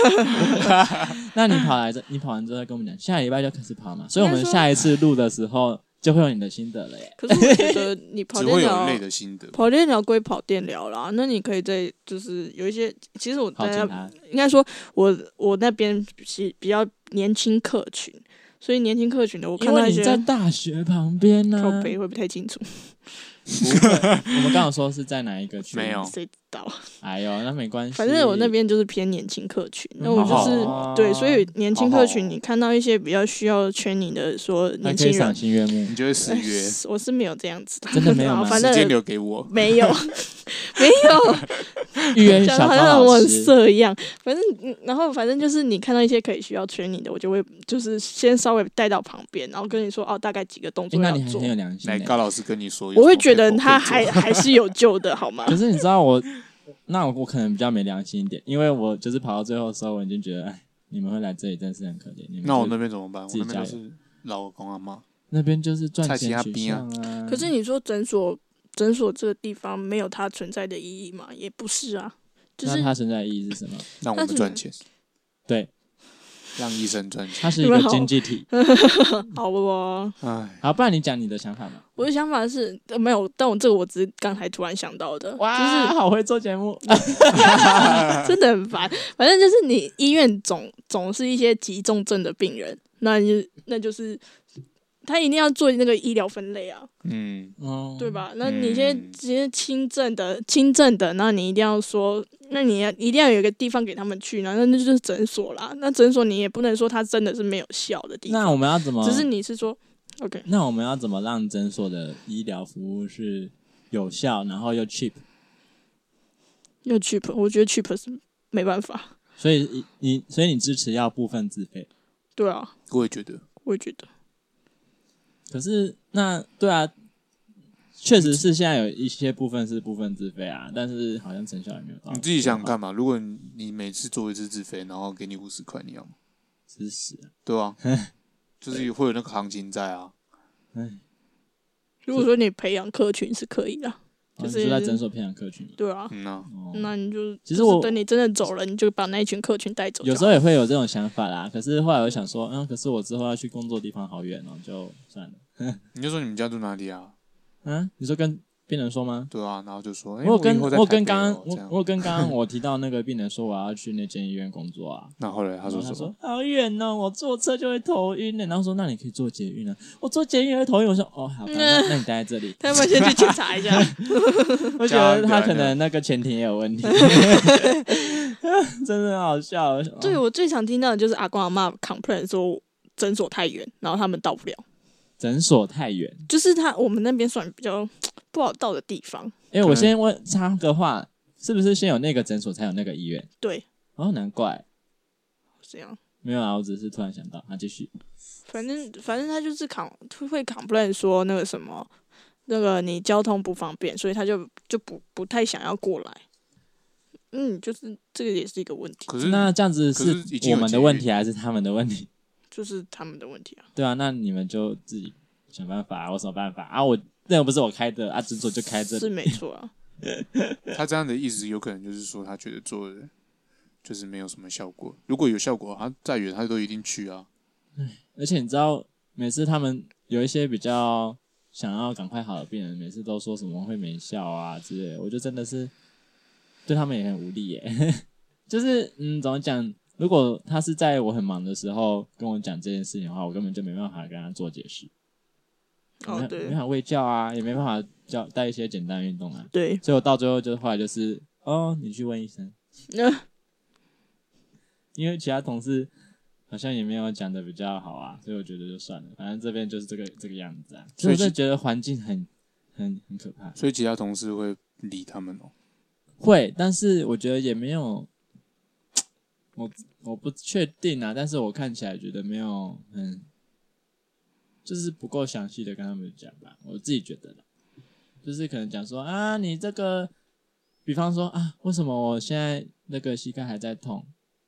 B: 那你跑来这，你跑完之后再跟我们讲，下礼拜就开始跑嘛，所以我们下一次录的时候就会有你的心得了耶。
A: 可是我觉得你跑
C: 只
A: 电
C: 会
A: 疗
C: 有，累的心得。
A: 跑电疗归跑电疗啦，那你可以在就是有一些，其实我
B: 好
A: 大
B: 简
A: 家
B: 单，
A: 应该说我，我那边是比较年轻客群，所以年轻客群的我
B: 因
A: 看到
B: 为
A: 一
B: 你
A: 些
B: 在大学旁边呢、
A: 靠
C: 嗯
A: 背会不太清楚，
B: 我们刚刚说是在哪一个区？
C: 没有
A: 谁知道？
B: 哎呦，那没关系。
A: 反正我那边就是偏年轻客群，
B: 嗯
A: 那我
C: 好好
A: 就是
C: 哦
A: 对，所以年轻客群
C: 好好
A: 你看到一些比较需要圈你的说
B: 还
A: 年
B: 可以
A: 轻人
B: 赏，心悦目
C: 你，就会失
A: 哎
C: 约，时
A: 我是没有这样子的，
B: 真的没有吗
A: 好反
C: 间
A: 正
C: 留给我。
A: 没有 没有。
B: 预 约
A: 讲的
B: 小高
A: 好像我
B: 老
A: 很
B: 师。哎
A: 色一样。反正，嗯然后反正就是你看到一些可以需要圈你的，我就会就是先稍微带到旁边，然后跟你说哦，大概几个动
B: 哎
A: 作
B: 那
A: 要
B: 你还
A: 做
B: 很。有良心
C: 来，
B: 欸。
C: 高老师跟你说有什
A: 嗯
C: 么可以，
A: 我会觉得他
C: 可以做
A: 还还是有救的，好吗？
B: 可是你知道我， 那我可能比较没良心一点，因为我就是跑到最后的时候，我已经觉得，哎，你们会来这里真是很可怜。你们
C: 那我
B: 就
C: 那边怎么办？我
B: 自己
C: 那边
B: 加
C: 就是老公阿妈，
B: 那边就是赚
C: 菜市
B: 钱
C: 啊
B: 取
C: 边啊
B: 向啊。
A: 可是你说诊所诊所这个地方没有它存在的意义嘛？也不是啊，就是
B: 那它存在的意义是什么？
C: 让我
A: 那
C: 们
A: 怎么
C: 赚钱，
B: 对，
C: 让医生赚钱。
B: 它是一
A: 你
B: 个
A: 们好
B: 经济体。
A: 好不？
C: 哎，
B: 好，不然你讲你的想法嘛。
A: 我的想法是、呃、没有，但我这个我只是刚才突然想到的，
B: 哇，
A: 就
B: 好会做 节目。
A: 是真的很烦。反正就是你医院总总是一些急重症的病人，那你就那就是他一定要做那个医疗分类啊，
C: 嗯，
B: 嗯，
A: 对？吧？那你现在
C: 嗯
A: 直接轻症的轻症的，那你一定要说，那你要一定要有一个地方给他们去呢，那那就是诊所啦。那诊所你也不能说它真的是没有效的地方。
B: 那我们要怎么？
A: 只是你是说，OK，
B: 那我们要怎么让诊所的医疗服务是有效，然后又 cheap？
A: 又 cheap，我觉得 cheap 是没办法。
B: 所以你你所以你支持要部分自费，
A: 对啊，
C: 我也觉得，
A: 我也觉得
B: 可是那对啊，确实是现在有一些部分是部分自费啊，但是好像成效也没有到。
C: 你自己想想看嘛。如果你你每次做一次自费，然后给你五十块，你要吗？
B: 支持啊，
C: 对 啊，就是会有那个行情在啊。
B: 哎，
A: 如果说你培养客群是可以的，就
B: 就是是在诊所培养客群嘛。
A: 对啊，
C: 嗯啊，
B: 哦
A: 那你就
B: 其
A: 就
B: 实
A: 是
B: 我
A: 等你真的走了，你就把那一群客群带走就
B: 有
A: 好。。
B: 时候也会有这种想法啦，可是后来我想说，嗯，可是我之后要去工作的地方好远哦，就算了。
C: 你就说你们家住哪里啊？
B: 嗯，你说跟病人说吗？
C: 对啊，然后就说，哎，
B: 我有
C: 以
B: 跟
C: 后在
B: 我有
C: 台
B: 跟
C: 北
B: 刚
C: 哦
B: 刚
C: 这
B: 我
C: 样
B: 我有跟刚刚我提到那个病人说我要去那间医院工作啊，
C: 那后来他
B: 他
C: 说
B: 他
C: 什么
B: 说？好远哦，我坐车就会头晕欸的。然后说那你可以坐捷运啊，我坐捷运也会头晕。我说哦 好吧，那那你待在这里
A: 他们先去检查一 下，
B: 我觉得他可能那个前庭也有问题， 真的很好笑。我想哦
A: 对我最常听到的就是阿公阿妈 complain 说诊所太远，然后他们到不了，
B: 诊所太远。
A: 就是他我们那边算比较不好到的地方。
B: 哎，
C: 能
B: 我先问插个话，是不是先有那个诊所才有那个医院？
A: 对，
B: 哦，难怪
A: 这样，
B: 没有啊，我只是突然想到。啊，继续。
A: 反正反正他就是 com 会 complain 说那个什么，那个你交通不方便，所以他就就不不太想要过来。嗯，就是这个也是一个问题，
C: 可是
B: 那这样子
C: 可
B: 是
C: 是已经
B: 我
C: 有
B: 们
C: 捷
B: 的
C: 运
B: 问题还是他们的问题？
A: 就是他们的问题啊。
B: 对啊，那你们就自己想办法、啊，我有什么办法啊？我那又不是我开的啊，诊所就开这
A: 是
B: 里。
A: 没错 啊，
C: 他这样的意思，有可能就是说他觉得做的就是没有什么效果。如果有效果，他再远他都一定去啊。
B: 而且你知道，每次他们有一些比较想要赶快好的病人，每次都说什么会没效啊之类的，我就真的是对他们也很无力耶。 就是嗯，怎么讲？如果他是在我很忙的时候跟我讲这件事情的话，我根本就没办法跟他做解释，
A: 哦
B: 没没
A: 对
B: 办法喂教啊，也没办法教带一些简单运动啊，
A: 对，
B: 所以我到最后就是后来就是哦，你去问医生。
A: 那、
C: 哦
B: 因为其他同事好像也没有讲的比较好啊，所以我觉得就算了，反正这边就是这个这个样子啊。所
C: 所
B: 以
C: 以
B: 我就
C: 其
B: 觉得环境很很很可怕，
C: 所以其他同事会理他们哦。
B: 会，但是我觉得也没有，我我不确定啊，但是我看起来觉得没有很，就是不够详细的跟他们讲吧，我自己觉得啦，就是可能讲说啊，你这个，比方说啊，为什么我现在那个膝盖还在痛？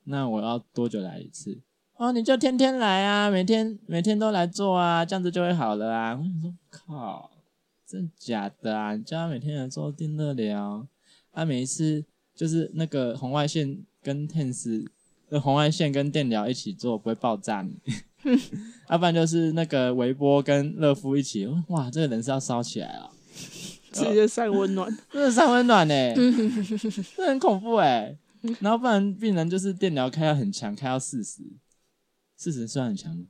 B: 那我要多久来一次？哦，你就天天来啊，每天每天都来做啊，这样子就会好了啊。我想说，靠，真假的啊？你叫他每天来做电热疗，啊，每一次就是那个红外线跟 TENS，那红外线跟电疗一起做，不会爆炸你。 要、不然就是那个微波跟热敷一起，哇，这个人是要烧起来了、
A: 直接晒温暖。
B: 真的三温暖呢、这很恐怖哎、然后不然病人就是电疗开到很强，开到四十，四十算很强吗？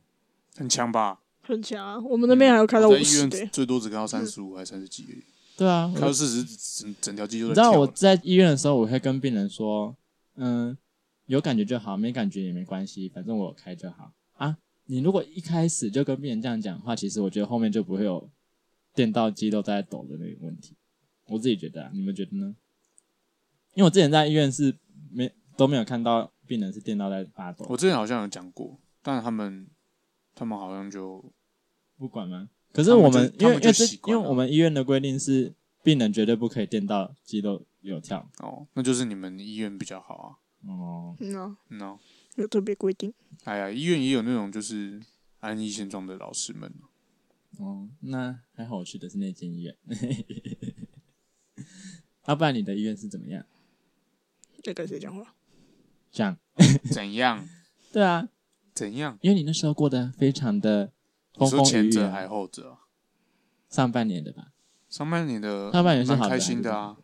C: 很强吧？
A: 很强啊！我们
C: 嗯
A: 那边还有开到五
C: 我在医
A: 十嗯
C: 院
A: 的耶，
C: 最多只看到三十五还是三十几而已，
B: 对啊，
C: 看
B: 我
C: 到四十，整整条肌肉
B: 你知
C: 都在
B: 道
C: 跳
B: 我
C: 了。
B: 在医院的时候，我会跟病人说，嗯，有感觉就好，没感觉也没关系，反正我有开就好啊。你如果一开始就跟病人这样讲话，其实我觉得后面就不会有电到肌肉在抖的那个问题。我自己觉得、啊，你们觉得呢？因为我之前在医院是没都没有看到病人是电到在发抖，
C: 我之前好像有讲过，但他们他们好像就
B: 不管吗？可是我们因
C: 他
B: 为因
C: 们就他们就
B: 为这
C: 习
B: 因为
C: 惯了
B: 我们医院的规定是，病人绝对不可以电到肌肉有跳
C: 哦，那就是你们医院比较好啊。
B: 哦。
A: 嗯啊，
C: 嗯、哦，
A: 有特别规定。
C: 哎呀，医院也有那种就是安逸现状的老师们，
B: 哦，那还好，我去的是那间医院。 要、不然你的医院是怎么样？
A: 在跟谁讲 话？
B: 这样
C: 怎样
B: 对啊，
C: 怎样？
B: 因为你那时候过得非常的
C: 你
B: 风
C: 说
B: 风
C: 前
B: 雨雨
C: 者
B: 啊、
C: 还后者啊、
B: 上半年的吧？
C: 上半年的
B: 上半年是好的
C: 蛮开心的啊，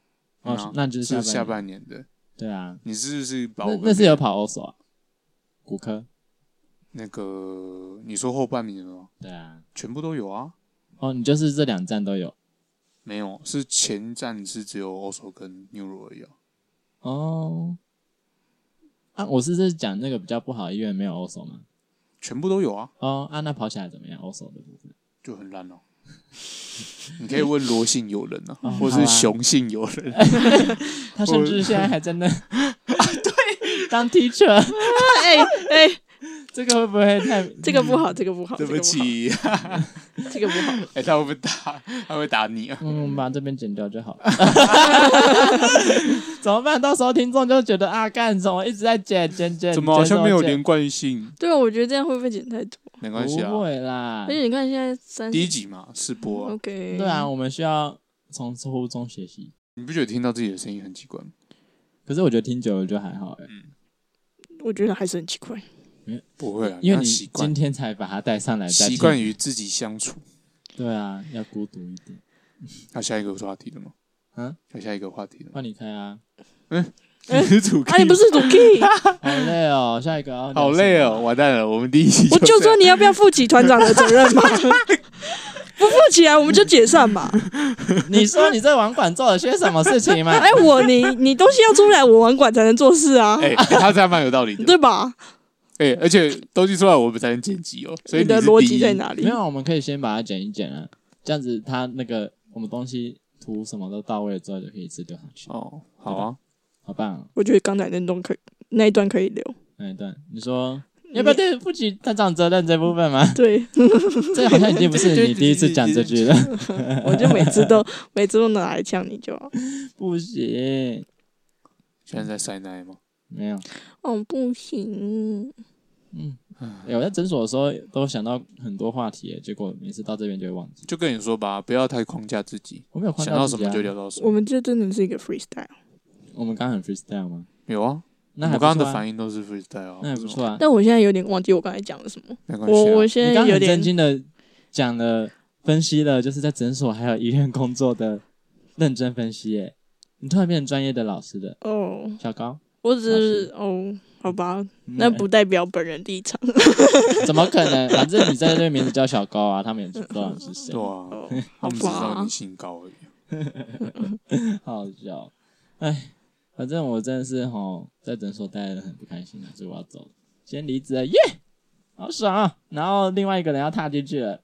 B: 哦，
C: 嗯啊
B: 那就是下
C: 下
B: 半年。
C: 半年的。
B: 对啊，
C: 你是不是把
B: 那
C: 我们
B: 那是有跑欧索、啊、骨科。
C: 那个你说后半年吗？
B: 对啊，
C: 全部都有啊？
B: 哦，你就是这两站都有
C: 没有，是前站是只有欧手跟 Neuro 而已啊。
B: 哦。啊，我是在讲那个比较不好的医院没有欧索吗？
C: 全部都有啊，
B: 哦，啊，那跑起来怎么样？欧索的部分
C: 就很 烂哦。你可以问罗姓友人啊
B: 哦，
C: 或
B: 好啊
C: 是雄姓友人，
B: 他甚至现在还在 那啊，对，当 teacher。
A: 哎哎，
B: 这个会不会太？
A: 这个不好，这个不好，
C: 嗯 对不起，
A: 这个不好，这个
C: 哎，他会不会打？他会打 你啊？
B: 嗯，我们把这边剪掉就好。 怎么办？到时候听众就觉得啊，干什么一直在剪剪剪，
C: 怎么好
B: 剪
C: 像没有？
B: 剪
C: 连贯性？
A: 对啊，我觉得这样会不会剪太多？
C: 没关系啊
B: 不，会啦
A: 而。且你看现在三
C: 第一集嘛，试播啊，
A: ，OK，
B: 对啊，，我们需要从初中学习。
C: 你不觉得听到自己的声音很奇怪吗？
B: 可是我觉得听久了就还好欸，
A: 我觉得还是很奇怪。
C: 不会啊，
B: 因为
C: 那
B: 你
C: 习
B: 今
C: 惯
B: 天才把它带上来，再
C: 习
B: 听
C: 惯于自己相处。
B: 对啊，要孤独一点。
C: 那下一个话题了吗？
B: 嗯，
C: 要下一个话题了吗。
B: 换你开啊，
C: 你是主 key
A: 啊，你不是主 key，
B: 好累哦，下一个要聊
C: 好累
B: 什
C: 哦，
B: 么啊。
C: 完蛋了，我们第一集
A: 我就
C: 这
A: 说
C: 样
A: 你要不要负起团长的责任 嘛？不负起来，我们就解散嘛。
B: 你说你在网管做了些什么事 情吗？
A: 哎，我你你东西要出来，我网管才能做事啊，
C: 哎，他这样蛮有道理的。
A: 对吧？
C: 哎，而且东西出来我们才能剪辑哦，所以
A: 你的
C: 是
A: 逻
C: 第
A: 辑
C: 一
A: 在？哪里
B: 没？有，我们可以先把它剪一剪啊，这样子它那个我们东西图什么都到位了之后，就可以一次丢上去，
C: 哦，好啊，
B: 好棒、哦！
A: 我觉得刚才那段可以那一段可以留，
B: 那一段你说要不要对不起团长责任这部分吗？
A: 对，
B: 这个好像已经不是你第一次讲这句了，
A: 我就每次都每次都拿来呛你就好。
B: 不行，
C: 现在在塞奶吗？
B: 没有，
A: 哦，不行，
B: 嗯。哎我在诊所的时候都想到很多话题耶，结果每次到这边就会忘记。
C: 就跟你说吧，不要太框架自己，
B: 我没有框
C: 想
B: 到
C: 到
B: 自
C: 什
B: 己啊
C: 么就聊到什
A: 我
C: 么。
A: 们这真的是一个 freestyle，
B: 我们刚刚很 freestyle 吗？
C: 有啊，
B: 那
C: 我
B: 还
C: 刚
B: 不错啊
C: 刚的反应都是 freestyle，啊
B: 那还不错，啊。
A: 但我现在有点忘记我刚才讲了什么。
C: 没关
A: 我我
C: 系
A: 现
C: 啊。
B: 你
A: 在
B: 刚刚
A: 有
B: 很
A: 点
B: 震惊的讲了分析了，就是在诊所还有医院工作的认真分析耶。你突然变成专业的老师的
A: 哦，
B: 小高，嗯
A: 我只是哦，好吧，
C: 嗯
A: 那不代表本人立场。
B: 怎么可能？反正你在这个名字叫小高啊，他们也不知道你是谁
C: 对，啊，
A: 哦，
C: 他
A: 好
C: 们只知道
A: 吧
C: 你，姓高而已。
B: 好好笑。哎，反正我真的是吼在诊所待的很不开心啊，所以我要走了，先离职了，耶、好爽啊！然后
A: 啊
B: 另外一个人要踏进去了，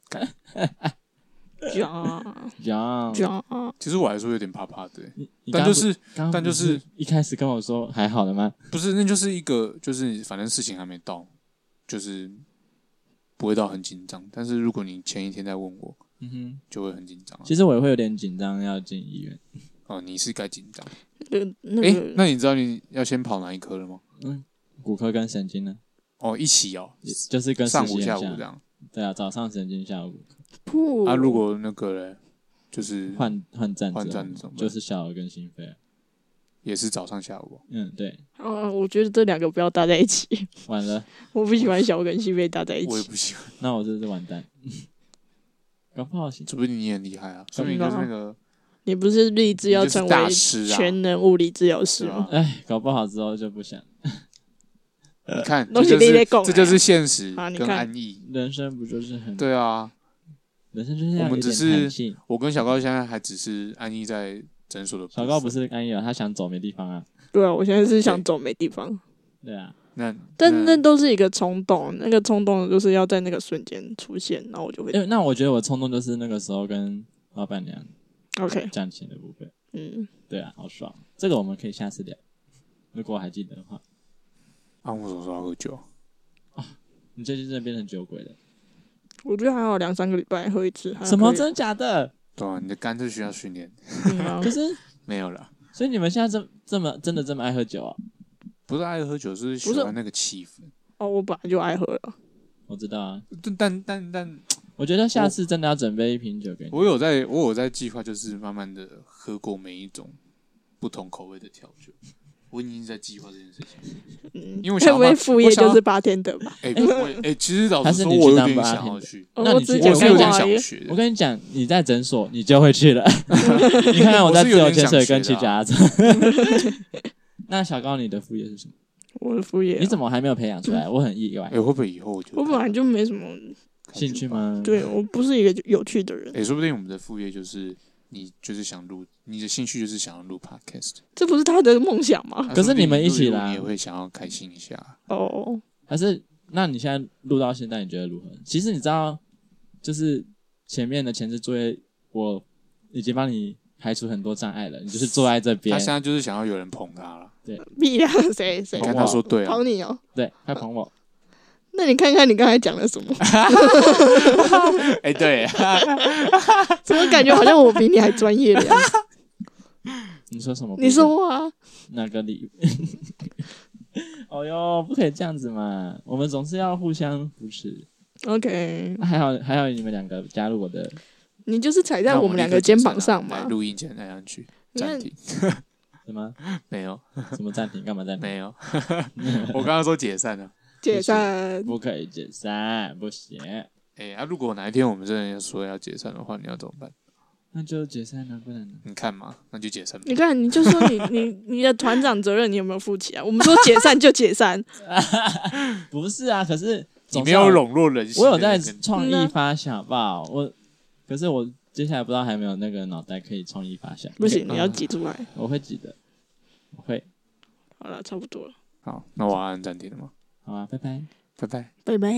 A: 讲
B: 讲
A: 讲
C: 其实我还是会有点怕怕的欸、
B: 你你
C: 但
B: 刚刚
C: 就
B: 不
C: 是
B: 刚刚
C: 但
B: 不
C: 就是
B: 一开始跟我说还好的吗？
C: 不是，那就是一个，就是反正事情还没到，就是不会到很紧张。但是如果你前一天在问我，
B: 嗯哼，
C: 就会很紧张啊。
B: 其实我也会有点紧张，要进医院。
C: 哦，你是该紧张。
A: 那个那
C: 诶，
A: 个
C: 那你知道你要先跑哪一科了吗？
B: 骨科跟神经呢，
C: 哦，一起哦，
B: 也就是跟
C: 上
B: 实习
C: 午
B: 很
C: 下午
B: 像
C: 这。样。
B: 对啊，早上神经，下午
A: 铺
C: 啊，如果那个嘞，就是
B: 换换站之后，
C: 嗯换站怎么办
B: 就是小儿跟心肺啊。
C: 也是早上下午哦、
B: 嗯，对，
A: 啊，我觉得这两个不要搭在一起，
B: 完了，
A: 我不喜欢小跟西被搭在一
C: 我也
A: 起。
C: 不喜欢，
B: 那我真是完蛋。 搞不好行，
C: 说不定你很厉害啊，说不定你
A: 真的
C: 就是
A: 啊
C: 那个
A: 你不是立志要
C: 你就是
A: 成
C: 大
A: 为
C: 师啊
A: 全能物理治疗师
C: 是
A: 吗
C: 吧？？
B: 哎，搞不好之后就不想。
C: 你看，
A: 东西
C: 这就
A: 你在
C: 是
A: 讲啊
C: 这就是现实
A: 啊你
C: 跟
A: 看
C: 安逸。
B: 人生不就是很，
C: 对啊，
B: 人生就是要
C: 我们
B: 有
C: 只
B: 点
C: 是
B: 弹性。
C: 我跟小高现在还只是安逸在诊所的部分。
B: 小高不是安逸了，他想走没地方啊。
A: 对啊，我现在是想
C: 对
A: 走没地方，
B: 对啊，
C: 那，
A: 但那都是一个冲动，那个冲动就是要在那个瞬间出现，然后我就会
B: 因为那我觉得我冲动就是那个时候跟老板娘
A: OK，
B: 站钱的部分。
A: 嗯，
B: 对啊，好爽。这个我们可以下次聊，如果我还记得的话。
C: 啊，我什么时候要喝酒？
B: 你最近真的变成酒鬼了？
A: 我觉得还好，两三个礼拜喝一次，还
B: 什么？
A: 啊可以
B: 真的 假的？
C: 对啊，你的肝是需要训练，
A: 嗯啊
B: 可是，
C: 没有啦，
B: 所以你们现在这这么真的这么爱喝酒啊？
C: 不是爱喝酒，是喜
A: 不是
C: 欢那个气氛。
A: 哦，我本来就爱喝了，
B: 我知道啊，
C: 但但但但
B: 我觉得下次真的要准备一瓶酒给你。
C: 我有在，我有在计划，就是慢慢的喝过每一种不同口味的调酒。我已经在计划这件事情。
A: 嗯，
C: 因为我想
A: 会不
C: 要把
A: 会副业
C: 我想要
A: 就是八天的吧？
C: 哎、我哎、其实老
B: 还
C: 实
B: 是
C: 说，
B: 你
C: 我
B: 去
C: 有
B: 当
C: 点
B: 吧
C: 想
B: 台
C: 要
B: 的
C: 去，
A: 哦
B: 那你
A: 之
B: 去
A: 前
C: 我
B: 我
C: 是
B: 跟
C: 有
B: 你
C: 点
B: 讲
C: 想
A: 怀疑
C: 学
B: 我
C: 的。
B: 跟你讲，你在诊所你就会 去了。你看看我在
C: 我
B: 自
C: 是有
B: 由
C: 点
B: 潜
C: 想
B: 水跟
C: 学
B: 骑
C: 的啊
B: 脚踏车。 那小高，你的副业是什么？
A: 我的副业啊，
B: 你怎么还没有培养出来？我很意外
C: 哎、。会不会以后我就
A: 我本来就没什么，
C: 开
B: 兴趣
C: 酒吧？
B: 吗？
A: 对我不是一个有趣的人
C: 哎、，说不定我们的副业就是你就是想录，你的兴趣就是想要录 podcast、
A: 这不是他的梦想吗？
C: 啊。
B: 可是
C: 说不定
B: 你们一起
C: 录录
B: 啦
C: 你也会想要开心一下。啊
A: 哦，
B: 还是那你现在录到现在，你觉得如何？其实你知道，就是前面的前置作业，我已经帮你排除很多障碍了。你就是坐在这
C: 他
B: 边，
C: 现在就是想要有人捧他了。
A: 屁啊，谁谁
C: 你看他说对啊
A: 跑，你哦？
B: 对，快捧我。
A: 那你看看你刚才讲了什么？
C: 哎、对，
A: 怎么感觉好像我比你还专业的样 子？
B: 你说什么？
A: 你说我啊？
B: 哪个礼？ 哦哟，不可以这样子嘛！我们总是要互相扶持。
A: OK，
B: 还好，还好你们两个加入我的，
A: 你就是踩在
C: 那
A: 我们两个肩膀上
C: 来
A: 嘛。
C: 录音前那样去
A: 你看
C: 暂停，
B: 什么
C: 没有
B: 什么暂停？干嘛暂停？
C: 没有， 我刚刚说解散了、
A: 解散，
B: 不可以解散，不行，
C: 哎、啊，如果哪一天我们真的要说要解散的话，你要怎么办？
B: 那就解散了，不然呢？
C: 你看嘛，那就解散吧。
A: 你看，你就说你 你你的团长责任你有没有负起来？我们说解散就解散，
B: 不是啊，可是
C: 你
B: 总
C: 没
B: 是要
C: 有笼络人心
B: 我
C: 的
B: 有
C: 那个，
B: 在创意发想，好不好？我可是我接下来不知道还没有那个脑袋可以创意发想，
A: 不行，
C: 嗯
A: 你要挤出来。
B: 我会记得，我会，
A: 好了，差不多了，
C: 好，那我按暂停了吗？
B: 好啊，拜拜。
C: 拜拜。
A: 拜拜。